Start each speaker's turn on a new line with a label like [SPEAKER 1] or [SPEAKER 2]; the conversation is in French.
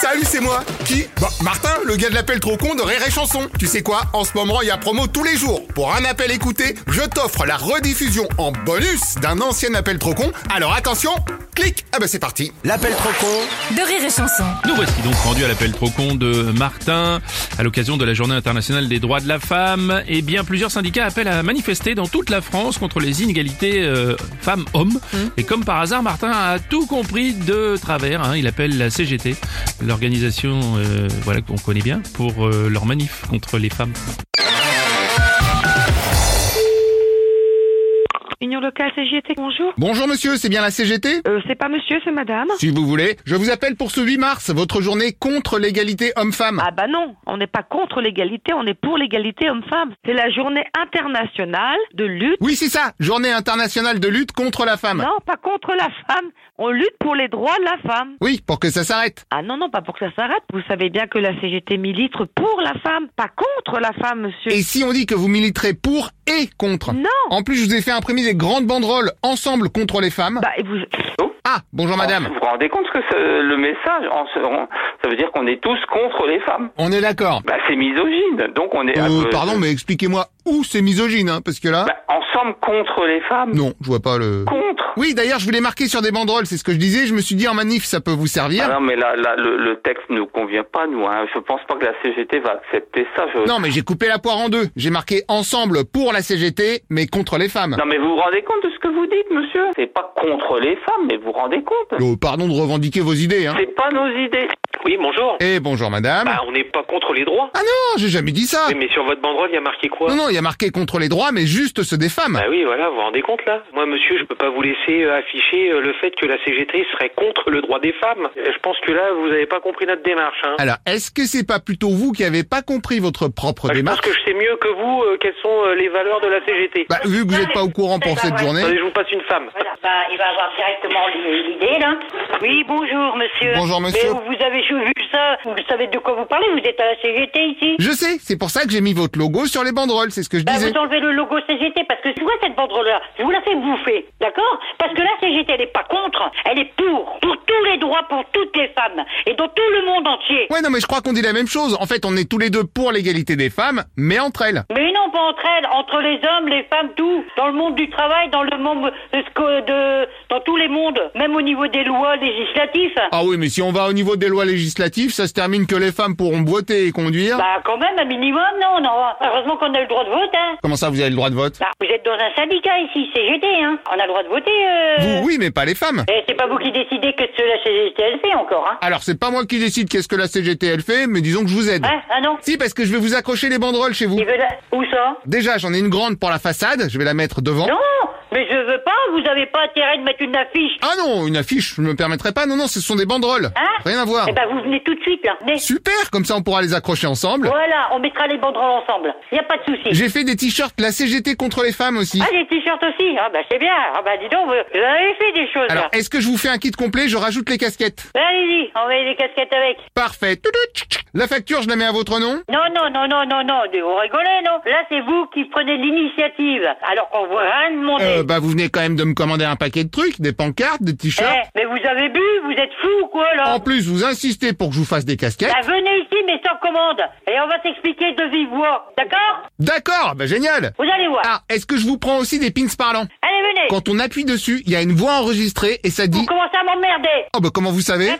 [SPEAKER 1] Salut, c'est moi. Qui Bah, Martin, le gars de l'appel trop con de Rire et Chanson. Tu sais quoi En ce moment, il y a promo tous les jours. Pour un appel écouté, je t'offre la rediffusion en bonus d'un ancien appel trop con. Alors attention, clique. Ah bah c'est parti.
[SPEAKER 2] L'appel trop con
[SPEAKER 3] de rire et chanson.
[SPEAKER 4] Nous voici donc rendus à l'appel trop con de Martin à l'occasion de la journée internationale des droits de la femme. Eh bien, plusieurs syndicats appellent à manifester dans toute la France contre les inégalités euh, femmes-hommes. Et comme par hasard, Martin a tout compris de travers. hein. Il appelle la CGT, l'organisation euh, voilà qu'on connaît bien, pour euh, leur manif contre les femmes.
[SPEAKER 5] Union locale CGT, bonjour.
[SPEAKER 1] Bonjour monsieur, c'est bien la CGT
[SPEAKER 5] Euh, c'est pas monsieur, c'est madame.
[SPEAKER 1] Si vous voulez, je vous appelle pour ce 8 mars, votre journée contre l'égalité homme-femme.
[SPEAKER 5] Ah bah non, on n'est pas contre l'égalité, on est pour l'égalité homme-femme. C'est la journée internationale de lutte.
[SPEAKER 1] Oui, c'est ça, journée internationale de lutte contre la femme.
[SPEAKER 5] Non, pas contre la femme. On lutte pour les droits de la femme.
[SPEAKER 1] Oui, pour que ça s'arrête.
[SPEAKER 5] Ah non, non, pas pour que ça s'arrête. Vous savez bien que la CGT milite pour la femme, pas contre la femme, monsieur.
[SPEAKER 1] Et si on dit que vous militerez pour et contre
[SPEAKER 5] Non.
[SPEAKER 1] En plus, je vous ai fait imprimer des grandes banderoles ensemble contre les femmes.
[SPEAKER 5] Bah, et vous...
[SPEAKER 1] Ah, bonjour madame.
[SPEAKER 6] Vous vous rendez compte que ce- le message, en se- en- ça veut dire qu'on est tous contre les femmes.
[SPEAKER 1] On est d'accord.
[SPEAKER 6] Bah, c'est misogyne. Donc on est.
[SPEAKER 1] Euh,
[SPEAKER 6] euh,
[SPEAKER 1] pardon, mais expliquez-moi où c'est misogyne, hein, parce que là,
[SPEAKER 6] bah, ensemble contre les femmes.
[SPEAKER 1] non, je vois pas le.
[SPEAKER 6] Contre.
[SPEAKER 1] Oui, d'ailleurs, je voulais marquer sur des banderoles, c'est ce que je disais. Je me suis dit en manif, ça peut vous
[SPEAKER 6] Ah
[SPEAKER 1] servir.
[SPEAKER 6] non, mais là, là, le, le texte ne convient pas nous. Hein. Je pense pas que la CGT va accepter ça.
[SPEAKER 7] euh,
[SPEAKER 6] Je...
[SPEAKER 1] Non, mais j'ai coupé la poire en deux. J'ai marqué ensemble pour la CGT, mais contre les femmes.
[SPEAKER 6] Non, mais vous vous rendez compte de ce que vous dites, monsieur C'est pas contre les femmes, mais vous vous rendez compte
[SPEAKER 1] Oh, pardon de revendiquer vos idées. Hein.
[SPEAKER 6] C'est pas nos idées.
[SPEAKER 7] Oui, bonjour.
[SPEAKER 1] Eh bonjour madame.
[SPEAKER 7] Bah, on n'est pas contre les droits.
[SPEAKER 1] Ah non, j'ai jamais dit ça.
[SPEAKER 7] Oui, mais sur votre banderole, il y a marqué quoi
[SPEAKER 1] Non, non, il y a marqué contre les droits, mais juste ceux des femmes.
[SPEAKER 7] Bah oui, voilà, vous vous rendez compte là Moi, monsieur, je peux pas vous laisser euh, afficher euh, le fait que la CGT serait contre le droit des femmes. Euh, Je pense que là, vous avez pas compris notre démarche. Hein.
[SPEAKER 1] Alors, est-ce que c'est pas plutôt vous qui avez pas compris votre propre
[SPEAKER 7] Bah, je pense
[SPEAKER 1] démarche
[SPEAKER 7] que je sais mieux que vous euh, quelles sont euh, les valeurs de la CGT.
[SPEAKER 1] Bah, vu que vous n'êtes pas au courant pour
[SPEAKER 8] Bah,
[SPEAKER 1] cette
[SPEAKER 8] ouais.
[SPEAKER 1] journée.
[SPEAKER 7] Attendez, je vous passe une femme.
[SPEAKER 8] Voilà, bah, il va avoir directement l'i- l'idée, là. Oui, bonjour, monsieur.
[SPEAKER 1] Bonjour, monsieur.
[SPEAKER 8] Mais vous avez vu ça Vous savez de quoi vous parlez Vous êtes à la CGT, ici
[SPEAKER 1] Je sais, c'est pour ça que j'ai mis votre logo sur les banderoles, c'est ce que je
[SPEAKER 8] bah,
[SPEAKER 1] disais.
[SPEAKER 8] vous enlevez le logo CGT parce que c'est quoi cette banderole-là Je vous la fais bouffer, d'accord Parce que la CGT, elle n'est pas contre, elle est pour, pour tous les droits, pour toutes les femmes et dans tout le monde entier.
[SPEAKER 1] Ouais, non, mais je crois qu'on dit la même chose. En fait, on est tous les deux pour l'égalité des femmes, mais entre elles.
[SPEAKER 8] Mais non, pas entre elles, entre les hommes, les femmes, tout, dans le monde du travail, dans le monde de, ce que- de- dans tous les mondes, même au niveau des lois législatives.
[SPEAKER 1] Ah oui, mais si on va au niveau des lois législatives, ça se termine que les femmes pourront voter et conduire.
[SPEAKER 8] Bah quand même, un minimum, non, non. Heureusement qu'on a le droit de vote, hein.
[SPEAKER 1] Comment ça, vous avez le droit de vote
[SPEAKER 8] Bah, vous êtes dans un syndicat ici, CGT, hein. On a le droit de voter, euh...
[SPEAKER 1] Vous, oui, mais pas les femmes.
[SPEAKER 8] Et c'est pas vous qui décidez que ce la CGT elle fait encore, hein.
[SPEAKER 1] Alors, c'est pas moi qui décide qu'est-ce que la CGT elle fait, mais disons que je vous aide.
[SPEAKER 8] Hein Ah non
[SPEAKER 1] Si, parce que je vais vous accrocher les banderoles chez vous.
[SPEAKER 8] Il veut la- Où ça
[SPEAKER 1] Déjà, j'en ai une grande pour la façade, je vais la mettre devant.
[SPEAKER 8] Non Mais je veux pas, vous avez pas intérêt de mettre une affiche.
[SPEAKER 1] Ah non, une affiche, je ne me permettrai pas. Non, non, ce sont des banderoles.
[SPEAKER 8] Hein
[SPEAKER 1] Rien à voir.
[SPEAKER 8] Eh ben vous venez tout de suite, là. Venez.
[SPEAKER 1] Super, comme ça on pourra les accrocher ensemble.
[SPEAKER 8] Voilà, on mettra les banderoles ensemble. Y a pas de souci.
[SPEAKER 1] J'ai fait des t-shirts, la CGT contre les femmes aussi.
[SPEAKER 8] Ah, les t-shirts aussi Ah bah c'est bien. Ah bah dis donc, vous vous avez fait des choses,
[SPEAKER 1] Alors,
[SPEAKER 8] là. Ben,
[SPEAKER 1] est-ce que je vous fais un kit complet Je rajoute les casquettes.
[SPEAKER 8] Allez-y, on met les casquettes avec.
[SPEAKER 1] Parfait. Toutou, tchou, tchou. La facture, je la mets à votre nom
[SPEAKER 8] Non, non, non, non, non, non, vous rigolez, non Là, c'est vous qui prenez l'initiative, alors qu'on voit rien demander.
[SPEAKER 1] euh, Bah, vous venez quand même de me commander un paquet de trucs, des pancartes, des
[SPEAKER 8] Eh, oh.
[SPEAKER 1] t-shirts.
[SPEAKER 8] mais vous avez bu, vous êtes fou, quoi, là
[SPEAKER 1] bah, En plus, vous insistez pour que je vous fasse des casquettes.
[SPEAKER 8] Bah, venez ici, mais sans commande, et on va s'expliquer de vive voix, d'accord
[SPEAKER 1] D'accord, bah génial
[SPEAKER 8] Vous allez voir.
[SPEAKER 1] Ah, est-ce que je vous prends aussi des pins parlants
[SPEAKER 8] Allez, venez
[SPEAKER 1] Quand on appuie dessus, il y a une voix enregistrée et ça
[SPEAKER 8] Vous
[SPEAKER 1] dit... bah,
[SPEAKER 8] commencez à m'emmerder
[SPEAKER 1] Oh bah comment vous savez